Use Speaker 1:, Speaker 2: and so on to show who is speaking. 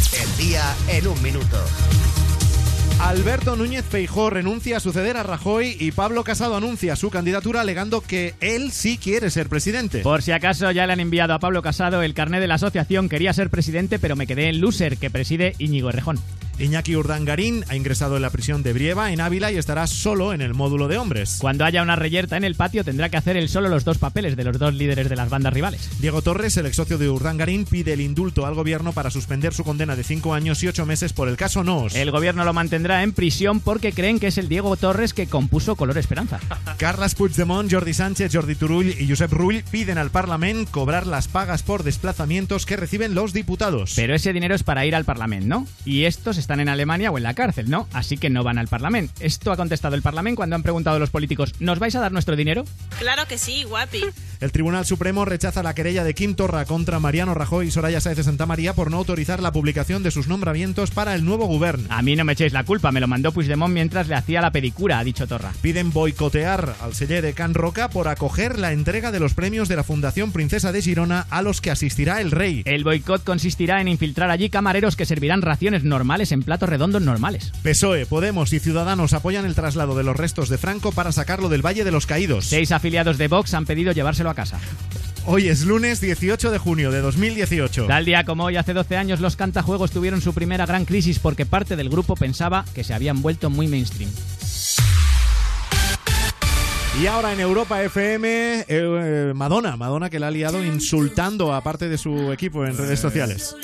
Speaker 1: Andalucía en un minuto.
Speaker 2: Alberto Núñez Feijó renuncia a suceder a Rajoy y Pablo Casado anuncia su candidatura alegando que él sí quiere ser presidente.
Speaker 3: Por si acaso ya le han enviado a Pablo Casado el carnet de la asociación Quería ser presidente pero me quedé en loser que preside Íñigo Errejón.
Speaker 2: Iñaki Urdangarín ha ingresado en la prisión de Brieva en Ávila y estará solo en el módulo de hombres.
Speaker 3: Cuando haya una reyerta en el patio tendrá que hacer él solo los dos papeles de los dos líderes de las bandas rivales.
Speaker 2: Diego Torres, el ex socio de Urdangarín, pide el indulto al gobierno para suspender su condena de 5 años y 8 meses por el caso Nos.
Speaker 3: El gobierno lo mantendrá en prisión porque creen que es el Diego Torres que compuso Color Esperanza.
Speaker 2: Carles Puigdemont, Jordi Sánchez, Jordi Turull y Josep Rull piden al Parlament cobrar las pagas por desplazamientos que reciben los diputados.
Speaker 3: Pero ese dinero es para ir al Parlament, ¿no? Y estos están en Alemania o en la cárcel, ¿no? Así que no van al Parlamento. Esto ha contestado el Parlamento cuando han preguntado a los políticos, ¿nos vais a dar nuestro dinero?
Speaker 4: Claro que sí, guapi.
Speaker 2: El Tribunal Supremo rechaza la querella de Kim Torra contra Mariano Rajoy y Soraya Sáez de Santa María por no autorizar la publicación de sus nombramientos para el nuevo gobierno.
Speaker 3: A mí no me echéis la culpa, me lo mandó Puigdemont mientras le hacía la pedicura, ha dicho Torra.
Speaker 2: Piden boicotear al celler de Can Roca por acoger la entrega de los premios de la Fundación Princesa de Girona a los que asistirá el rey.
Speaker 3: El boicot consistirá en infiltrar allí camareros que servirán raciones normales en platos redondos normales.
Speaker 2: PSOE, Podemos y Ciudadanos apoyan el traslado de los restos de Franco para sacarlo del Valle de los Caídos.
Speaker 3: Seis afiliados de Vox han pedido llevárselo a casa.
Speaker 2: Hoy es lunes 18 de junio de 2018.
Speaker 3: Tal día como hoy, hace 12 años, los cantajuegos tuvieron su primera gran crisis porque parte del grupo pensaba que se habían vuelto muy mainstream.
Speaker 2: Y ahora en Europa FM, eh, Madonna, Madonna que la ha liado insultando a parte de su equipo en redes sociales.